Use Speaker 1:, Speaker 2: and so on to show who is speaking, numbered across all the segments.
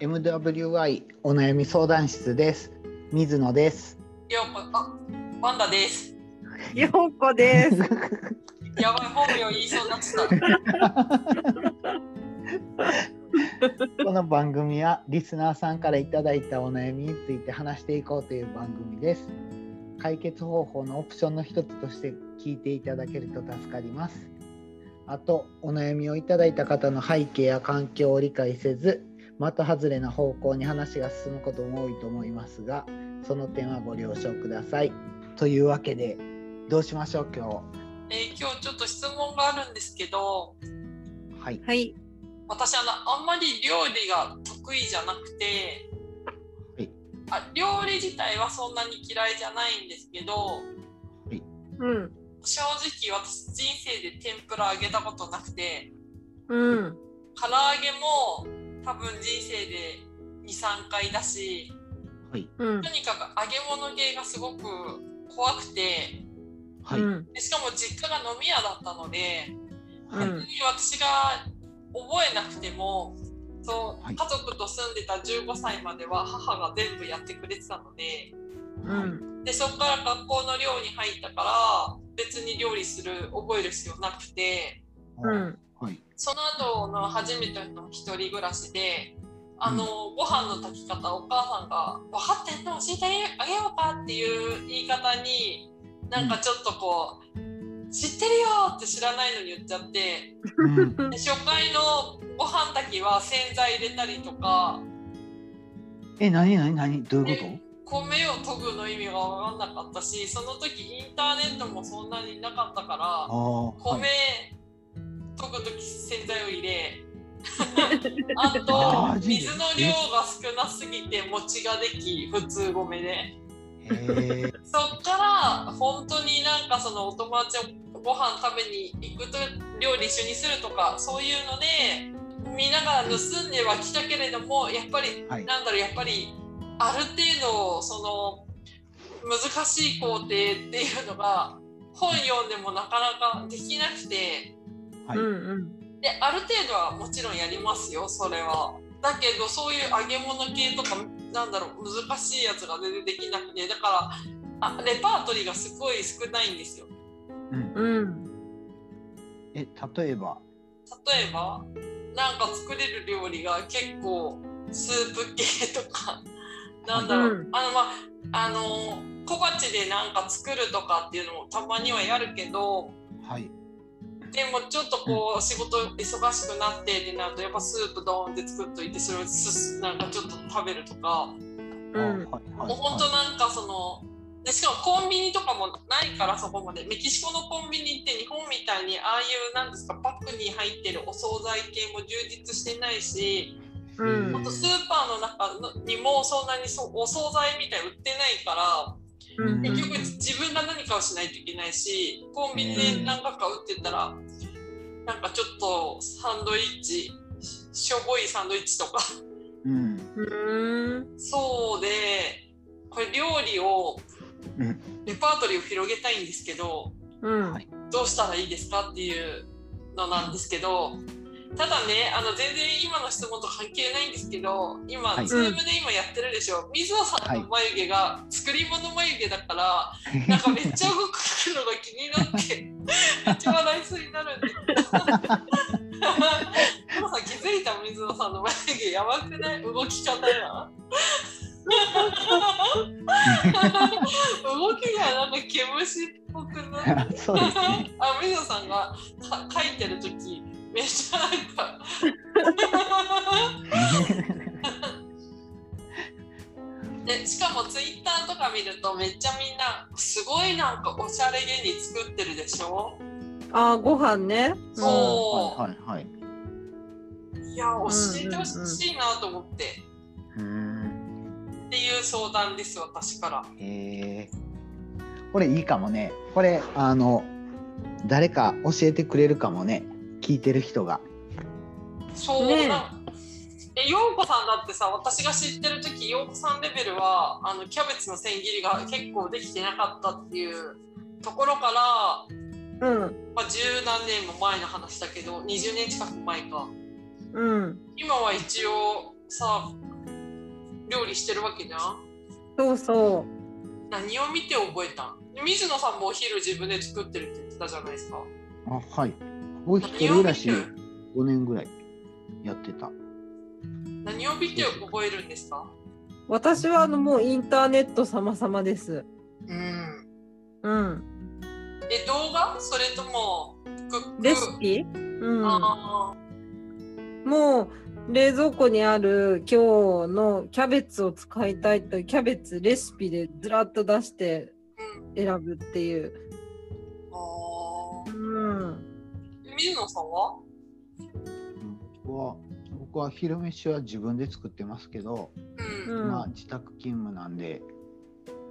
Speaker 1: MWI お悩み相談室です水野 です
Speaker 2: ようこあパンダです。
Speaker 3: ようこです。
Speaker 2: やばい本名言いそうになってた。
Speaker 1: この番組はリスナーさんからいただいたお悩みについて話していこうという番組です解決方法のオプションの一つとして聞いていただけると助かりますあとお悩みをいただいた方の背景や環境を理解せず的外れな方向に話が進むことも多いと思いますがその点はご了承くださいというわけでどうしましょう今
Speaker 2: えー今日ちょっと質問があるんですけど、
Speaker 1: 日はい
Speaker 3: はい。
Speaker 2: 私あのあんまり料理が得意じゃなくて、
Speaker 1: はい
Speaker 2: あ料理自体はそんなに嫌いじゃないんですけど、
Speaker 3: うん。
Speaker 2: 正直私人生で天ぷら揚げたことなくて、
Speaker 3: うん。
Speaker 2: 唐揚げも多分人生で2、3回だし、
Speaker 1: はい
Speaker 3: うん
Speaker 2: と。にかく揚げ物系がすごく怖くて、
Speaker 1: はい、
Speaker 3: うん。
Speaker 2: でしかも実家が飲み屋だったので、
Speaker 3: う
Speaker 2: 本当
Speaker 3: ん。
Speaker 2: に私が覚えなくてもそう、
Speaker 1: はい
Speaker 2: 家族と住んでた15歳までは母が全部やってくれてたので
Speaker 3: うん。
Speaker 2: でそこから学校の寮に入ったから別に料理する覚える必要なくて
Speaker 3: うん。
Speaker 1: はい
Speaker 2: その後の初めての一人暮らしで。あのご飯の炊き方お母さんが「分かってんの教えてあげようか」っていう言い方になんかちょっとこう「知ってるよ!」って知らないのに言っちゃって
Speaker 1: うん
Speaker 2: で初回のご飯炊きは洗剤入れたりとか
Speaker 1: え、なになになにどういう
Speaker 2: 米を研ぐの意味が分かんなかったしその時インターネットもそんなになかったから
Speaker 1: ことああ、
Speaker 2: 米
Speaker 1: はい、
Speaker 2: 研ぐ時洗剤を入れ あ
Speaker 1: マ
Speaker 2: と
Speaker 1: ジで
Speaker 2: 水の量が少なすぎて餅ができ普通米で
Speaker 1: へえ
Speaker 2: そっから本当になんかそのお友達をご飯食べに行くと料理一緒にするとかそういうので見ながら盗んではきたけれどもやっぱり、
Speaker 1: はい
Speaker 2: なんだろうやっぱりある程度その難しい工程っていうのが本読んでもなかなかできなくて
Speaker 1: は
Speaker 3: う
Speaker 1: い、
Speaker 3: ん。うん。
Speaker 2: である程度はもちろんやりますよそれは。だけどそういう揚げ物系とかなんだろう難しいやつが全然できなくてだからあレパートリーがすごい少ないんですよ。
Speaker 1: うん、
Speaker 3: うん。
Speaker 1: え、例えば
Speaker 2: 例えばなんか作れる料理が結構スープ系とかなんだろう、
Speaker 3: うん
Speaker 2: あのまああの小鉢でなんか作るとかっていうのもたまにはやるけど
Speaker 1: はい、
Speaker 2: でもちょっとこう仕事忙しくなってってなるとやっぱスープドーンって作っといてそれをすすなんかちょっと食べるとか
Speaker 1: あは
Speaker 3: う
Speaker 1: い、
Speaker 3: ん。
Speaker 1: はい、
Speaker 2: もうほんと
Speaker 1: は
Speaker 2: なんかそのでしかもコンビニとかもないからそこまでメキシコのコンビニって日本みたいにああいうなんですかパックに入ってるお惣菜系も充実してないし
Speaker 1: い
Speaker 3: うん
Speaker 2: あとスーパーの中のにもそんなにそうお惣菜みたいに売ってないから
Speaker 3: うん。
Speaker 2: 結局自分が何かをしないといけないしコンビニで何か買うって言ったらなんかちょっとサンドイッチししょぼいサンドイッチとか
Speaker 1: うん、
Speaker 3: うん。
Speaker 2: そうでこれ料理を
Speaker 1: うん
Speaker 2: レパートリーを広げたいんですけど
Speaker 3: うん。
Speaker 2: どうしたらいいですかっていうのなんですけどただねあの全然今の質問と関係ないんですけど今、
Speaker 1: はい
Speaker 2: ズームで今やってるでしょ水野さんの眉毛が作り物眉毛だから。なんかめっちゃ動くのが気になって、めっちゃ笑いそうになるんですけど。皆さん気づいた水野さんの眉毛やばくない動き方が。動きがなんか毛虫っぽくない
Speaker 1: そうですね。
Speaker 2: あ、水野さんがか書いてる時めっちゃなんか。 でしかもツイッターとか見るとめっちゃみんなすごいなんかおしゃれげに作ってるでしょ
Speaker 3: あー、ご飯ね。
Speaker 2: そう
Speaker 1: はい、はい、はい、
Speaker 2: いや教えてほしいなと思って、
Speaker 1: うーん、
Speaker 2: っていう相談です私から
Speaker 1: へえこれいいかもね。これあの誰か教えてくれるかもね。聞いてる人が。
Speaker 2: そう
Speaker 3: ねえ
Speaker 2: なえようこさんだってさ私が知ってる時ようこさんレベルはあのキャベツの千切りが結構できてなかったっていうところから、
Speaker 3: うん。
Speaker 2: まあ、十何年も前の話だけど20年近く前か
Speaker 3: うん。
Speaker 2: 今は一応さ料理してるわけじゃん
Speaker 3: そうそ
Speaker 2: 何を見て覚えたん水野さんもお昼自分で作ってるって言ってたじゃないですか
Speaker 1: あはい。僕一
Speaker 2: 何
Speaker 1: 人
Speaker 2: を
Speaker 1: 暮
Speaker 2: 見
Speaker 1: ら
Speaker 2: て
Speaker 1: し5年ぐらいやってた。
Speaker 2: 何を見て覚えるんですか
Speaker 3: う。私はあのもうインターネット様々です。
Speaker 2: うん
Speaker 3: うん。
Speaker 2: え動画それともクック
Speaker 3: レシピ？うん。
Speaker 2: あー
Speaker 3: もう冷蔵庫にある今日のキャベツを使いたいとキャベツレシピでずらっと出して
Speaker 2: うん
Speaker 3: 選ぶっていう。
Speaker 2: あ
Speaker 3: うん。
Speaker 2: ー水野さんは
Speaker 1: うん僕は僕は昼飯は自分で作ってますけど、
Speaker 2: うん、
Speaker 3: うん
Speaker 1: まあ自宅勤務なんで、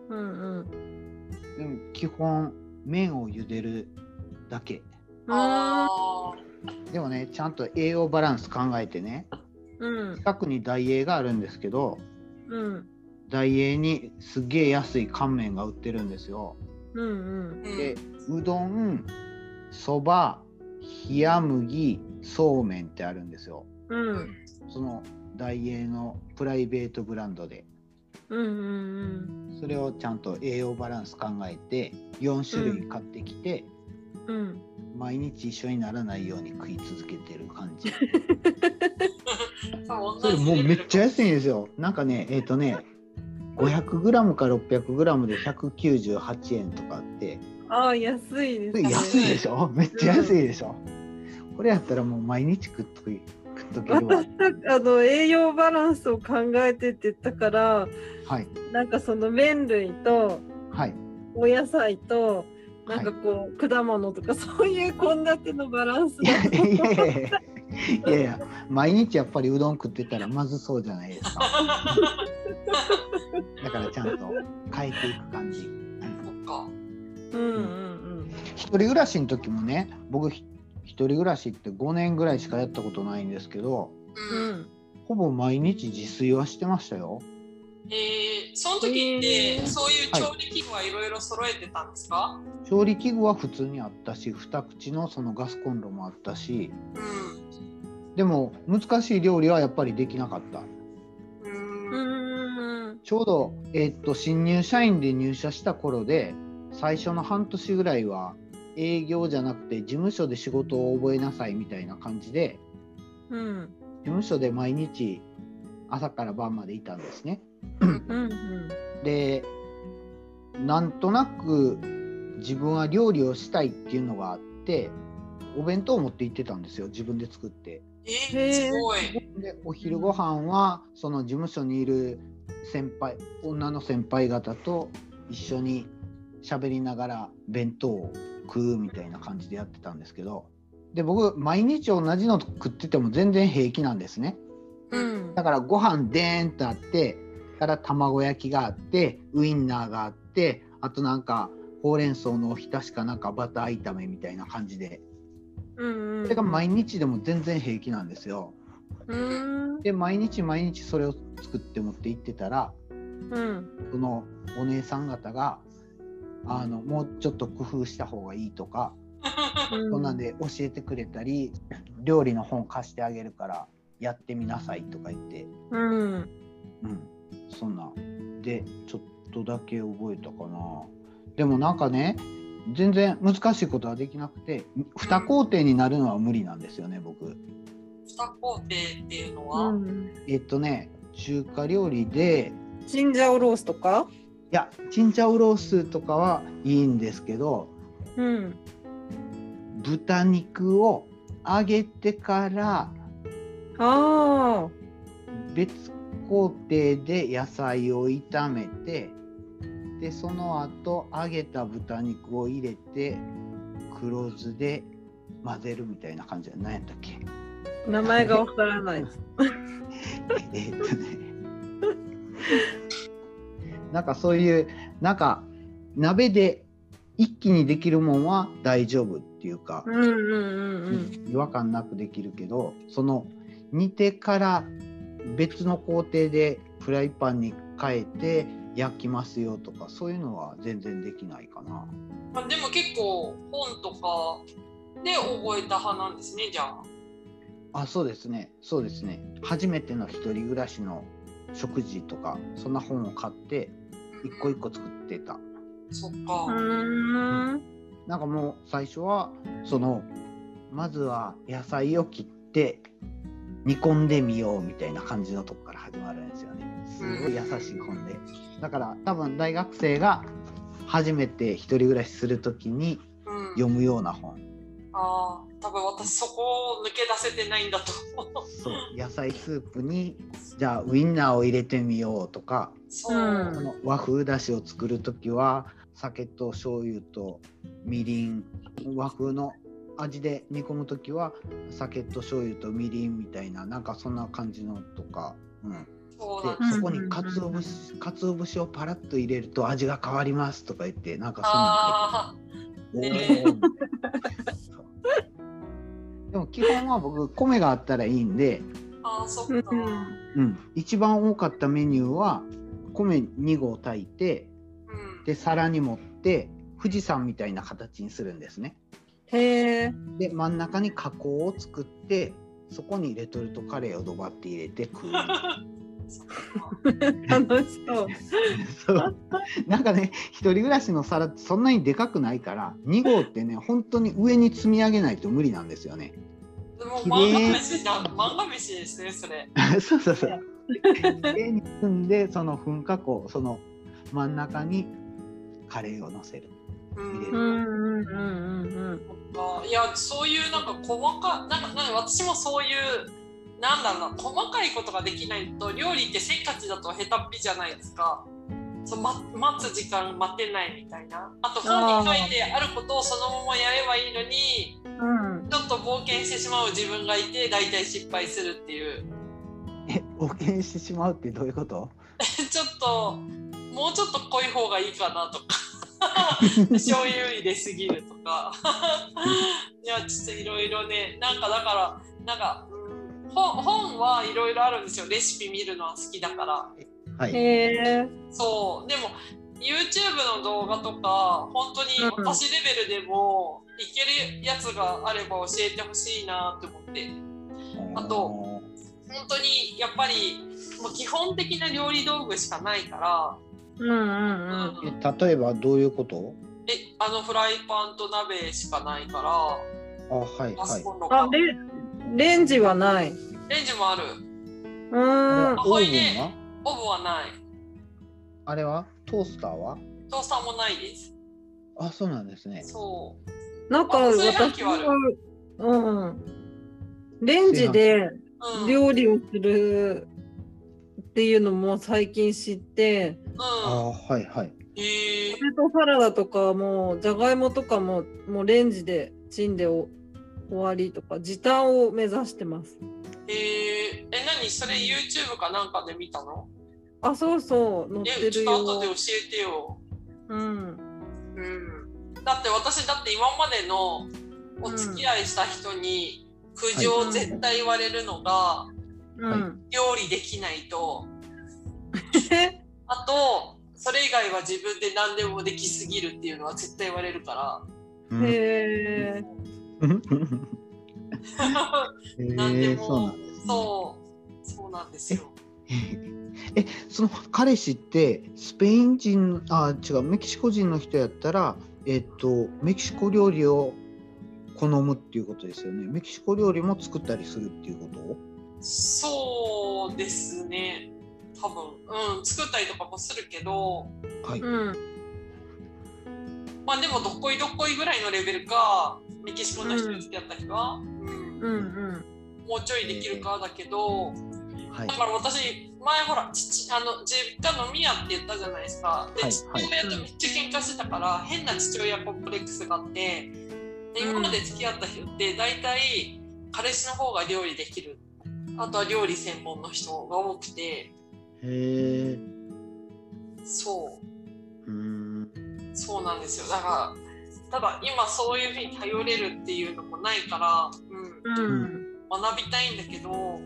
Speaker 3: うんうん。
Speaker 1: でも基本麺を茹でるだけ。
Speaker 3: あ
Speaker 2: あ
Speaker 1: でもね、ちゃんと栄養バランス考えてね、
Speaker 3: ーうん
Speaker 1: 近くにダイエーがあるんですけど、
Speaker 3: うん
Speaker 1: ダイエーにすげえ安い乾麺が売ってるんですよ。
Speaker 3: うんう
Speaker 2: ー、
Speaker 3: ん
Speaker 2: うん
Speaker 1: で、うどん、そば、冷麦、そうめんってあるんですよ。
Speaker 3: うん
Speaker 1: そのダイエーのプライベートブランドで
Speaker 3: うんうん
Speaker 1: それをちゃんと栄養バランス考えて4種類買ってきて、
Speaker 3: うんうん。
Speaker 1: 毎日一緒にならないように食い続けてる感じ
Speaker 2: そ う
Speaker 1: それもうめっちゃ安いんですよなんかねえっ、とね 500g か 600g で198円とかあって
Speaker 3: ああ安いです
Speaker 1: これ
Speaker 3: ね。
Speaker 1: 安いでしょめっちゃ安いでしょこれやったらもう毎日食っとく食っとける わ
Speaker 3: 私あの栄養バランスを考えてって言ったから
Speaker 1: はい
Speaker 3: なんかその麺類と
Speaker 1: はい
Speaker 3: お野菜と
Speaker 1: は
Speaker 3: ないんかこう、果物とかそういう献立のバランス
Speaker 1: いや
Speaker 3: だ
Speaker 1: いやい やいやいやいや毎日やっぱりうどん食ってたらまずそうじゃないですかだからちゃんと変えていく感じ
Speaker 2: そっか
Speaker 3: うんうん
Speaker 1: 一人暮らしの時もね僕ひ一人暮らしって5年ぐらいしかやったことないんですけど
Speaker 3: う
Speaker 2: うん
Speaker 3: うんん
Speaker 1: ほぼ毎日自炊はしてましたよ
Speaker 2: えー、その時って、
Speaker 3: えー
Speaker 2: そういう調理器具はいろいろ揃えてたんですか、
Speaker 1: 調理器具は普通にあったし二口のそのガスコンロもあったし
Speaker 2: うん
Speaker 1: でも難しい料理はやっぱりできなかった
Speaker 2: う
Speaker 3: うん
Speaker 2: うん
Speaker 3: んうん
Speaker 1: ちょうど、えーっと新入社員で入社した頃で最初の半年ぐらいは営業じゃなくて事務所で仕事を覚えなさいみたいな感じで
Speaker 3: うん
Speaker 1: 事務所で毎日朝から晩までいたんですね。
Speaker 3: うん
Speaker 1: でなんとなく自分は料理をしたいっていうのがあってお弁当を持って行ってたんですよ自分で作って。
Speaker 2: えー、すごい、
Speaker 1: でお昼ご飯はその事務所にいる先輩女の先輩方と一緒に喋りながら弁当を食うみたいな感じでやってたんですけどで僕毎日同じの食ってても全然平気なんですね
Speaker 3: うん
Speaker 1: だからご飯でーんとあってから卵焼きがあってウインナーがあってあとなんかほうれん草のおひたしかなんかバター炒めみたいな感じで
Speaker 3: うん
Speaker 1: それが毎日でも全然平気なんですよ
Speaker 3: うん
Speaker 1: で毎日毎日それを作って持って行ってたら
Speaker 3: うん
Speaker 1: そのお姉さん方があのもうちょっと工夫した方がいいとか、そんなんで教えてくれたり料理の本貸してあげるからやってみなさいとか言って、
Speaker 3: うん
Speaker 1: うん、そんなでちょっとだけ覚えたかなでもなんかね全然難しいことはできなくて2工程になるのは無理なんですよね僕。
Speaker 2: 二工程っていうのは、
Speaker 3: うん
Speaker 1: えっとね中華料理で
Speaker 3: チンジャオロースとか
Speaker 1: いやチンジャオロースとかはいいんですけど
Speaker 3: うん
Speaker 1: 豚肉を揚げてから
Speaker 3: ああ
Speaker 1: 別工程で野菜を炒めてでその後揚げた豚肉を入れて黒酢で混ぜるみたいな感じで何やったっけ
Speaker 3: 名前がわからないです
Speaker 1: えっとね なんかそういうなんか鍋で一気にできるもんは大丈夫っていうか、
Speaker 3: うんうんうん
Speaker 1: 違和感なくできるけどその煮てから別の工程でフライパンに変えて焼きますよとかそういうのは全然できないかな
Speaker 2: まあ、でも結構本とかで覚えた派なんですねじゃあ
Speaker 1: あそうですねそうですね初めての一人暮らしの食事とかそんな本を買って一個一個作ってた
Speaker 2: そっ
Speaker 3: う
Speaker 2: か。
Speaker 3: ーん。
Speaker 1: なんかもう最初はそのまずは野菜を切って煮込んでみようみたいな感じのとこから始まるんですよねすごい優しい本でだから多分大学生が初めて一人暮らしする時に
Speaker 2: うん。
Speaker 1: 読むような本
Speaker 2: ああ、多分私そこを抜け出せてないんだと 思う。
Speaker 1: そう野菜スープにじゃあウインナーを入れてみようとか
Speaker 2: そう。
Speaker 3: うん
Speaker 1: この和風だしを作る時は酒と醤油とみりん和風の味で煮込む時は酒と醤油とみりんみたいななんかそんな感じのとか、うん、
Speaker 2: そうなん
Speaker 1: で
Speaker 2: だ
Speaker 1: そこに鰹節鰹節をパラッと入れると味が変わりますとか言ってなんか
Speaker 2: あ
Speaker 1: そんな
Speaker 2: ー
Speaker 1: の
Speaker 2: ね
Speaker 1: おーそうでも基本は僕米があったらいいんで、
Speaker 2: ーあー、そっか。
Speaker 3: うん
Speaker 1: うん、一番多かったメニューは米2合炊いて
Speaker 2: うん。
Speaker 1: で皿に盛って富士山みたいな形にするんですね
Speaker 3: へえ。
Speaker 1: で真ん中に加工を作ってそこにレトルトカレーをドバって入れて食う
Speaker 2: そっか
Speaker 3: 楽しそう。
Speaker 1: そうなんかね一人暮らしの皿ってそんなにでかくないから2合ってね本当に上に積み上げないと無理なんですよね
Speaker 2: でも漫画飯だ。漫画飯ですね、それ。
Speaker 1: そうそうそう上に積んでその噴火口その真ん中にカレーをのせる
Speaker 2: う
Speaker 1: 入れる。
Speaker 2: ん
Speaker 3: うんうんうんうん
Speaker 2: あいやそういうなんか細かなんかなんか私もそういうなんだろうな細かいことができないと料理ってせっかちだと下手っぴじゃないですかそう、ま、待つ時間待てないみたいなあと本に書いてあることをそのままやればいいのに
Speaker 3: うん。うん。
Speaker 2: ちょっと冒険してしまう自分がいて大体失敗するっていう
Speaker 1: え冒険してしまうってどういうこと
Speaker 2: ちょっともうちょっと濃い方がいいかなとか醤油入れすぎるとかいやちょっといろいろねなんかだからなんかうん本本はいろいろあるんですよレシピ見るのは好きだから
Speaker 1: はい
Speaker 3: へえ。
Speaker 2: そうでも YouTube の動画とか本当に私レベルでもいけるやつがあれば教えてほしいなって思って。あと本当にやっぱりもう基本的な料理道具しかないか
Speaker 3: うんうん
Speaker 2: ら、
Speaker 3: うん。
Speaker 2: うん
Speaker 1: え例えばどういうこと
Speaker 2: えあのフライパンと鍋しかないか
Speaker 1: あ
Speaker 2: ら
Speaker 1: はい
Speaker 2: ガ
Speaker 1: は
Speaker 2: ス
Speaker 1: い
Speaker 2: コンロが
Speaker 3: あ、レレンジはない。
Speaker 2: レンジもある
Speaker 3: うーん。
Speaker 2: あ
Speaker 1: オ
Speaker 2: ほ
Speaker 1: ー
Speaker 2: いで
Speaker 1: ブンは
Speaker 2: オーブンはない
Speaker 1: あれはトースターは
Speaker 2: トースターもないです
Speaker 1: あそうなんですね
Speaker 2: そう
Speaker 3: なんか
Speaker 2: あ炊飯器
Speaker 3: 私
Speaker 2: はある
Speaker 3: は、うん。レンジで
Speaker 2: うんうん
Speaker 3: 料理をするっていうのも最近知って、
Speaker 1: あはいはい
Speaker 2: へえ
Speaker 3: ポテトサラダとかもじゃがいもとかももうレンジでチンでお終わりとか時短を目指してます。
Speaker 2: へええ何それ YouTube かなんかで見たの
Speaker 3: あ、そうそう載って
Speaker 2: えちょ
Speaker 3: る
Speaker 2: っと後
Speaker 3: よ
Speaker 2: で。教えてよ
Speaker 3: うん。
Speaker 2: うんだって私だって今までのお付き合いした人に苦情絶対言われるのが
Speaker 3: うん。
Speaker 2: 料理できないと
Speaker 3: え
Speaker 2: あとそれ以外は自分で何でもできすぎるっていうのは絶対言われるから
Speaker 1: うんへ
Speaker 3: へえ。
Speaker 2: 何で
Speaker 1: え
Speaker 2: も
Speaker 1: そうなんですね
Speaker 2: そうそうなんですよ。
Speaker 1: えその彼氏ってスペイン人あ違うメキシコ人の人やったらえっとメキシコ料理を好むっていうことですよねメキシコ料理も作ったりするっていうこと
Speaker 2: そうですね。多分うん作ったりとかもするけど、
Speaker 1: はい、
Speaker 3: うん。
Speaker 2: まあでもどっこいどっこいぐらいのレベルかメキシコの人に付き合った人は、うん
Speaker 3: うんうん。
Speaker 2: もうちょいできるかだけど、
Speaker 1: はい
Speaker 2: だから私前ほら父あの実家飲み屋って言ったじゃないですか。で、
Speaker 1: はい
Speaker 2: 父親とめっちゃ喧嘩してたから変な父親コンプレックスがあってで今まで付き合った人って大体彼氏の方が料理できるあとは料理専門の人が多くて
Speaker 1: へえ
Speaker 2: そう
Speaker 1: ーん
Speaker 2: そうなんですよだからただ今そういうふうに頼れるっていうのもないから、うん、
Speaker 3: うん
Speaker 2: 学びたいんだけど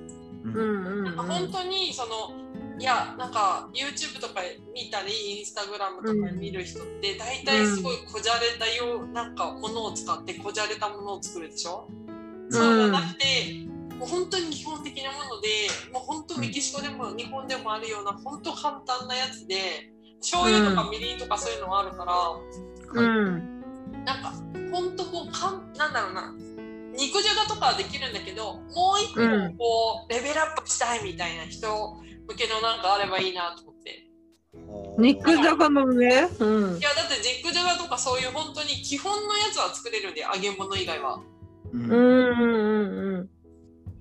Speaker 1: うん
Speaker 3: うんうん
Speaker 2: なんか本当にそのいやなんか YouTube とか見たりインスタグラムとか見る人って大体すごいこじゃれたようなんかものを使ってこじゃれたものを作るでしょ、それじゃなくてもう本当に基本的なものでもう本当メキシコでも日本でもあるような本当簡単なやつで醤油とかみりんとかそういうのはあるから、
Speaker 3: うん。
Speaker 2: なんか本当こうかんなんだろうな肉じゃがとかはできるんだけどもう一個
Speaker 3: うん
Speaker 2: こうレベルアップしたいみたいな人向けのなんかあればいいなと思って。
Speaker 3: 肉じゃがの上。うん
Speaker 2: い。やだって肉じゃがとかそういう本当に基本のやつは作れるんで揚げ物以外は
Speaker 1: うん
Speaker 3: うんうんうん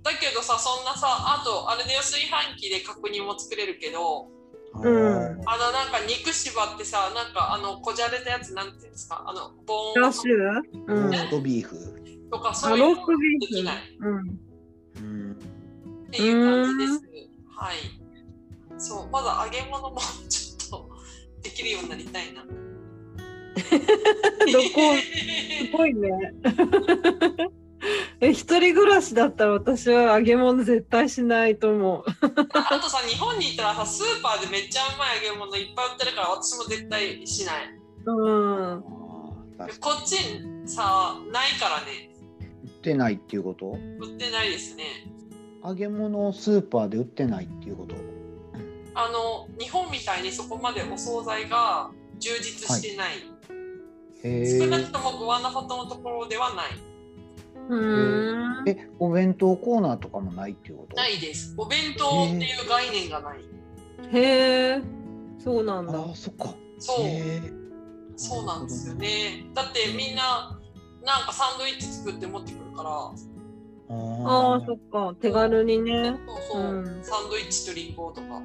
Speaker 2: だけどさそんなさあとあれだよ炊飯器で角煮も作れるけど
Speaker 3: うん
Speaker 2: あのなんか肉縛ってさなんかあのこじゃれたやつなんていうんですかあのボ
Speaker 3: う
Speaker 2: ー
Speaker 3: ん。ラ
Speaker 2: ン
Speaker 3: ッシュ。う
Speaker 1: ロ
Speaker 3: ん。
Speaker 1: ーストビーフ。
Speaker 2: とか
Speaker 3: あ
Speaker 2: そうい
Speaker 3: ロ
Speaker 2: う
Speaker 3: ース
Speaker 2: の
Speaker 3: トビ
Speaker 2: でき
Speaker 3: ー
Speaker 2: な
Speaker 3: フ
Speaker 2: い。
Speaker 3: うん。
Speaker 1: うん
Speaker 2: っていう感じですはいそうまだ揚げ物もちょっとできるようになりたい など
Speaker 3: こすごいね。 え一人暮らしだったら私は揚げ物絶対しないと思う。
Speaker 2: あとさ日本にいたらさスーパーでめっちゃうまい揚げ物いっぱい売ってるから私も絶対しない
Speaker 3: うん、
Speaker 1: あー
Speaker 2: こっちさないからね
Speaker 1: 売ってないっていうこと
Speaker 2: 売ってないですね
Speaker 1: 揚げ物をスーパーで売ってないっていうこと
Speaker 2: あの日本みたいにそこまでお惣菜が充実してない、
Speaker 1: へ
Speaker 2: 少なく
Speaker 1: ー
Speaker 2: ともグアナファトのところではない
Speaker 3: うん、
Speaker 1: えお弁当コーナーとかもないっていうこと
Speaker 2: ないですお弁当っていう概念がない、
Speaker 3: へえ、そうなん
Speaker 1: あ
Speaker 3: だ。
Speaker 1: ーそっか
Speaker 2: そう、
Speaker 1: へー
Speaker 2: そうなんですよねだってみんななんかサンドイッチ作って持ってくるから
Speaker 3: ああ
Speaker 1: あ、ー
Speaker 3: そっか、手軽にね。
Speaker 2: そう
Speaker 3: う
Speaker 2: そう、
Speaker 3: ん、
Speaker 2: サンドイッチとリンゴとか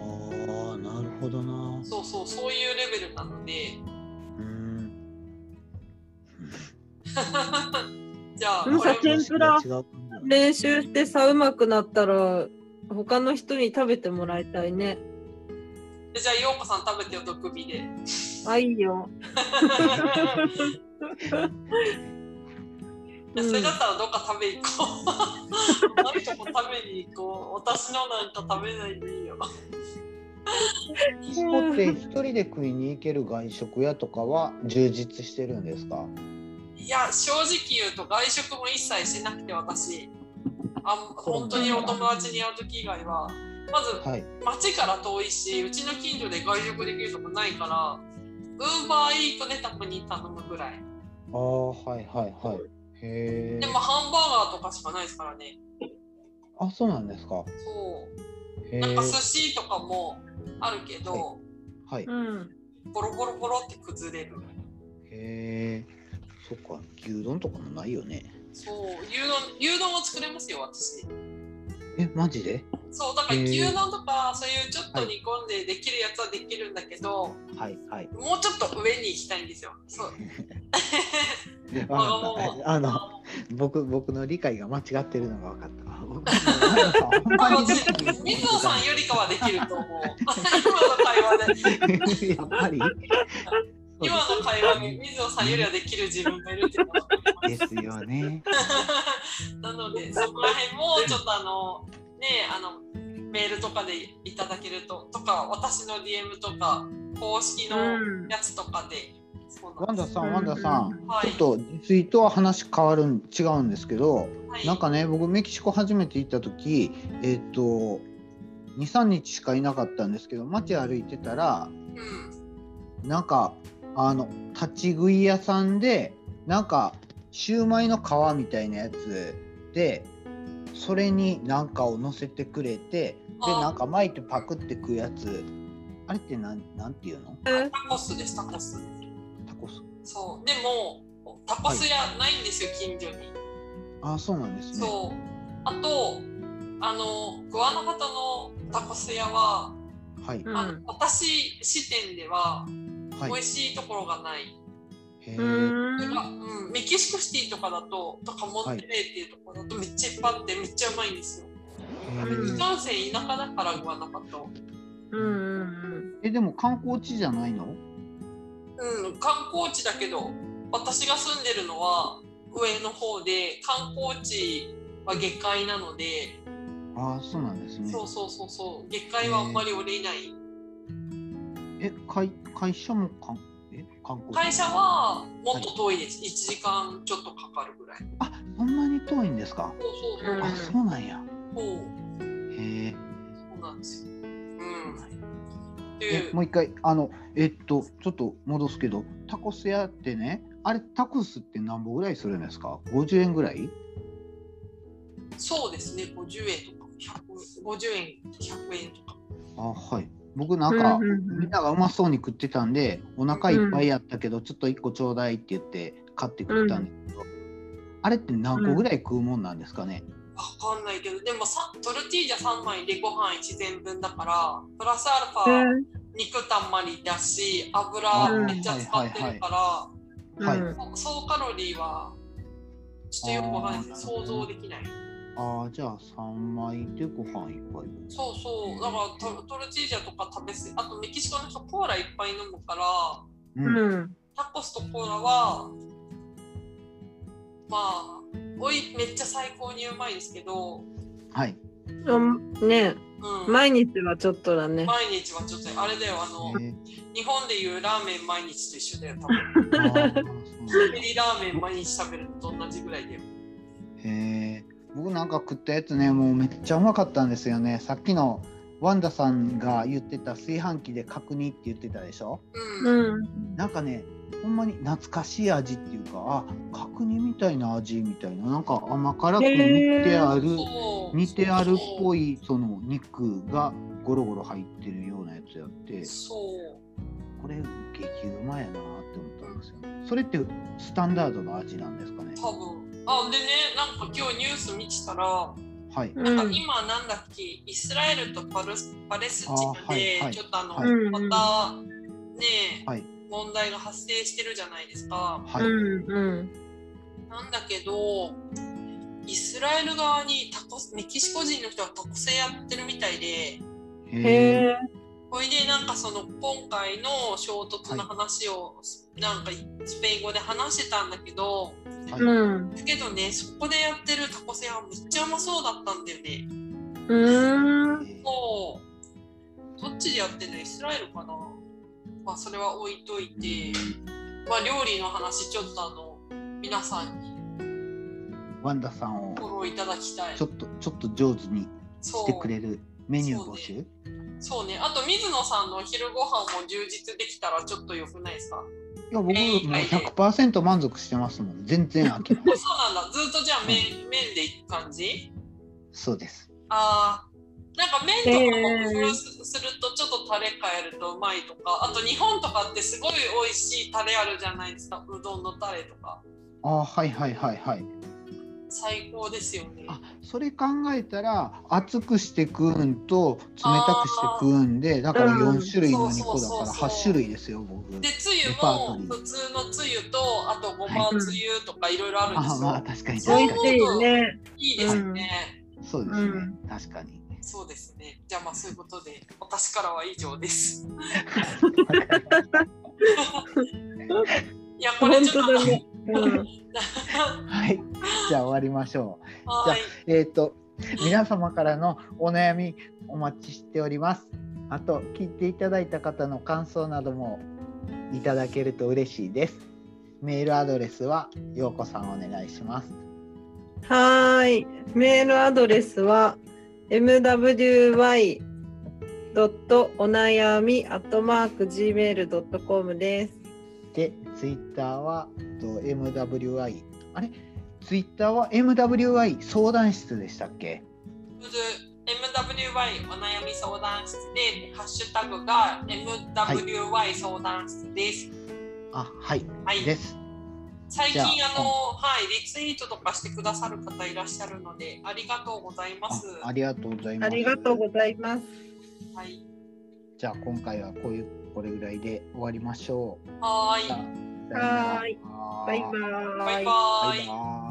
Speaker 1: あーなるほどな
Speaker 2: そうそうそういうレベルなので
Speaker 1: うん
Speaker 2: じゃあ
Speaker 3: でも
Speaker 2: これ
Speaker 3: さ天ぷら
Speaker 1: 違う
Speaker 3: 練習してさ、うまくなったら、他の人に食べてもらいたいね。
Speaker 2: じゃあようこさん食べてよ毒味で
Speaker 3: あ、いいよ。
Speaker 2: いやそれだったらどっか食べ行こ う。何とも食べに行こう。私のなんか食べないでいいよ。
Speaker 1: そこって一人で食いに行ける外食屋とかは充実してるんですか
Speaker 2: いや、正直言うと外食も一切しなくて私。あん本当にお友達に会う時以外は。まず
Speaker 1: はい
Speaker 2: 町から遠いし、うちの近所で外食できるとこないから、ウーバーイートでたまに頼むぐらい。
Speaker 1: ああはいはいはいへえ
Speaker 2: でもハンバーガーとかしかないですからね。
Speaker 1: あそうなんですか
Speaker 2: そう。
Speaker 1: へえ
Speaker 2: なんか寿司とかもあるけ
Speaker 1: は
Speaker 2: ど、
Speaker 1: はい
Speaker 3: うん、
Speaker 2: ボロボロボロって崩れる。
Speaker 1: へえそっか牛丼とかもないよね
Speaker 2: そう牛丼牛丼を作れますよ私
Speaker 1: えマジで
Speaker 2: そうだから
Speaker 1: へー
Speaker 2: 牛丼とかそういうちょっと煮込んでできるやつはできるんだけど、
Speaker 1: はいはい
Speaker 2: もうちょっと上に行きたいんですよ そう
Speaker 1: わかったあの僕僕の理解が間違ってるのが分かった僕 の理解が
Speaker 2: あ
Speaker 1: ほんま
Speaker 2: の
Speaker 1: に
Speaker 2: 水
Speaker 1: 理解が
Speaker 2: 野さんよりかはできると 思う今の会話で
Speaker 1: やっぱり
Speaker 2: 今の会話に水野さんよりはできる自分がいるっていうのは 分かります
Speaker 1: ですよね。
Speaker 2: な のでそこら辺もちょっとあのねあのメールとかでいただけるととか私の DM とか公式の
Speaker 3: うん。
Speaker 2: やつとかで、そうな
Speaker 1: ワン
Speaker 2: んで
Speaker 1: ダ
Speaker 2: す
Speaker 1: さん、ワンダさん、
Speaker 2: はい
Speaker 1: ちょっとツイートは話変わるん違うんですけど、
Speaker 2: はい
Speaker 1: なんかね、僕メキシコ初めて行った時、えっ、と23日しかいなかったんですけど、街歩いてたら
Speaker 2: うん
Speaker 1: なんかあの立ち食い屋さんでなんかシューマイの皮みたいなやつでそれになんかを乗せてくれてで
Speaker 2: あ
Speaker 1: なんか巻いてパクって食うやつあれってなんなんていうの
Speaker 2: タコスですタコス
Speaker 1: タコス
Speaker 2: そうでもタコス屋ないんですよ、近所に
Speaker 1: あーそうなんですね
Speaker 2: そうあとあのグアナファトのタコス屋は、
Speaker 1: はい、
Speaker 3: うん
Speaker 2: あの私視点では
Speaker 1: はい
Speaker 2: 美味しいところがない、
Speaker 1: へ
Speaker 3: う
Speaker 1: ー
Speaker 2: それ
Speaker 3: ん
Speaker 2: がうん、メキシコシティとかだととかモンテレーっていうところだとめっちゃいっぱいあってめっちゃうまいんですよ、
Speaker 1: へ
Speaker 2: い
Speaker 1: ー
Speaker 2: かんせん田舎だからグアナファト
Speaker 3: うん
Speaker 1: えでも観光地じゃないの
Speaker 2: うん、観光地だけど私が住んでるのは上の方で観光地は下界なので、
Speaker 1: ああそうなんですね
Speaker 2: そうそうそうそう下界はあんまり降りない、
Speaker 1: え会会社もかんえ観光地
Speaker 2: 会社はもっと遠いです、1時間ちょっとかかるぐらい
Speaker 1: あそんなに遠いんですか。
Speaker 2: そうそうそううん
Speaker 1: あ、そうなんや。
Speaker 2: そう
Speaker 1: へえ。
Speaker 2: そうなんですよ。うん。ってい
Speaker 1: え
Speaker 2: う
Speaker 1: もう一回あのえっとちょっと戻すけどタコス屋ってねあれタコスって何本ぐらいするんですか50円ぐらい
Speaker 2: そうですね、50円とか、100 50円、100円とか。
Speaker 1: あはい僕なんか、
Speaker 3: うんうんうん
Speaker 1: みんながうまそうに食ってたんでお腹いっぱいやったけど、ちょっと1個ちょうだいって言って買って食ったんですけど、あれって何個ぐらい食うもんなんですかね、
Speaker 2: わかんないけど、でもさトルティージャ3枚でご飯1膳分だから、プラスアルフ
Speaker 3: う
Speaker 2: ァ、
Speaker 3: ん
Speaker 2: 肉たんまりだし、
Speaker 1: あ
Speaker 2: 油めっちゃ使ってるか
Speaker 1: はい
Speaker 3: うん
Speaker 2: ら、総カロリーは、ちょっとよくわかんないです
Speaker 1: あー
Speaker 2: 想像できない。
Speaker 1: ああじゃあ3枚でご飯いっぱい分
Speaker 2: そうそう、だからトトルティージャとか食べすあとメキシコの人コーラいっぱい飲むから、
Speaker 1: うん、
Speaker 3: うん
Speaker 2: タコスとコーラはまあおいめっちゃ最高にうまいですけど、
Speaker 1: はい
Speaker 3: うんね
Speaker 2: うん、毎
Speaker 3: 毎日はちょっとだね。
Speaker 2: 日はちょっとあれだよあの
Speaker 1: えー
Speaker 2: 日本でいうラーメン毎日と一緒だよ多分
Speaker 1: あーそうなんだ
Speaker 2: ミリラーメン毎日食べるのと同じぐらいだよ
Speaker 1: へえ僕なんか食ったやつねもうめっちゃうまかったんですよねさっきのワンダさんが言ってた炊飯器で角煮って言ってたでしょ
Speaker 2: う、
Speaker 3: うんん
Speaker 1: なんかねほんまに懐かしい味っていうかあ角煮みたいな味みたいななんか甘辛く煮てある、
Speaker 2: そう
Speaker 1: 煮てあるっぽ
Speaker 2: い
Speaker 1: いその肉がゴロゴロ入ってるようなやつやって
Speaker 2: そう
Speaker 1: これ激うまやなって思ったんですよねそれってスタンダードの味なんですかね
Speaker 2: 多分あでねなんか今日ニュース見てたら
Speaker 1: はい、
Speaker 3: う
Speaker 2: なんか
Speaker 3: ん
Speaker 2: 今なんだっけイスラエルとパルスパレスチ
Speaker 1: あ
Speaker 2: ナ
Speaker 1: はい
Speaker 2: で
Speaker 1: はい
Speaker 2: ちょっとあの、
Speaker 1: はい
Speaker 3: うん
Speaker 2: またねえ
Speaker 1: はい
Speaker 2: 問題が発生してるじゃないですか。
Speaker 1: はい、
Speaker 3: うんうん
Speaker 2: なんだけどイスラエル側にタコスメキシコ人の人がタコスやってるみたいで
Speaker 1: へえ
Speaker 3: へえ
Speaker 2: ほいでなんかその今回の衝突の話をなんかスペイン語で話してたんだけど
Speaker 3: うん
Speaker 2: だけどねそこでやってるタコス屋はめっちゃうまそうだったんだよね。
Speaker 3: うん
Speaker 2: そうどっちでやってるのイスラエルかなまあそれは置いといてまあ料理の話ちょっとあの皆さんに
Speaker 1: ワンダさんを
Speaker 2: フォローいただきたい
Speaker 1: ちょっとちょっと上手に
Speaker 2: そ
Speaker 1: してく
Speaker 2: う
Speaker 1: れるメニュー募集、
Speaker 2: そうねあと水野さんのお昼ご飯も充実できたらちょっとよくないですか
Speaker 1: いや僕もう100%満足してますもん全然飽きない
Speaker 2: そうなんだずっとじゃあ麺,、麺でいく感じ
Speaker 1: そうです
Speaker 2: あーなんか麺とかも工
Speaker 3: え
Speaker 2: 夫
Speaker 3: ー
Speaker 2: すするとちょっとタレ変えるとうまいとかあと日本とかってすごい美味しいタレあるじゃないですかうどんのタレとか
Speaker 1: あーはいはいはいはい
Speaker 2: 最高ですよね
Speaker 1: あそれ考えたら熱くして食うんと冷たくして食うんでだから
Speaker 3: うん
Speaker 1: 4種類の肉だ
Speaker 2: そうそう
Speaker 1: から
Speaker 2: そうそう
Speaker 1: 8種類ですよ僕
Speaker 2: でつゆ
Speaker 1: レパートリ
Speaker 2: も
Speaker 1: ー
Speaker 2: 普通のつゆとあとごまつゆとかいろいろあるんで
Speaker 1: あ
Speaker 2: すよ、
Speaker 1: まあ確かに
Speaker 3: 美
Speaker 1: 確
Speaker 3: 味
Speaker 1: か
Speaker 3: し
Speaker 1: に
Speaker 3: いね。
Speaker 2: いいですね、
Speaker 1: そうですね、
Speaker 3: うん
Speaker 1: 確かに
Speaker 2: そうですねじゃあまあそういうことで私からは以上ですいや、これ
Speaker 3: 本
Speaker 2: ちょっ
Speaker 3: 当
Speaker 2: と。
Speaker 3: だね。うん
Speaker 1: はいじゃあ終わりましょう
Speaker 2: はい。
Speaker 1: えっ、と皆様からのお悩みお待ちしております。あと聞いていただいた方の感想などもいただけると嬉しいです。メールアドレスはようこさんお願いします。
Speaker 3: はーい。メールアドレスは mwy ドットお悩みアットマーク gmail ドットコムです。
Speaker 1: で、ツイッターはと MWI あれツイッターは MWI 相談室でしたっけ？
Speaker 2: まず MWY お悩み相談室で、ハッシュタグが MWY 相談室です。
Speaker 1: あはい、
Speaker 2: はい。
Speaker 1: です。
Speaker 2: 最
Speaker 1: じ
Speaker 2: 近
Speaker 1: ゃあ
Speaker 2: あの、はい、リツイートとかしてくださる方いらっしゃるので、ありがとうございます。
Speaker 1: あありがとうございます。
Speaker 3: ありがとうございます。
Speaker 2: はい。
Speaker 1: じゃあ今回はこういうこれぐらいで終わりましょう。
Speaker 2: はーい。
Speaker 1: さよなら
Speaker 3: はーいバイバー
Speaker 2: バイバ
Speaker 1: バ
Speaker 2: ーイ
Speaker 1: イバーイ。